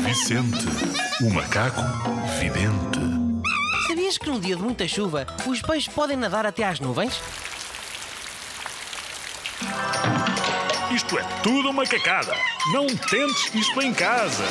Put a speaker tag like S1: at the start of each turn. S1: Vicente, o macaco vidente.
S2: Sabias que num dia de muita chuva os peixes podem nadar até às nuvens?
S3: Isto é tudo uma cacada. Não tentes isto em casa.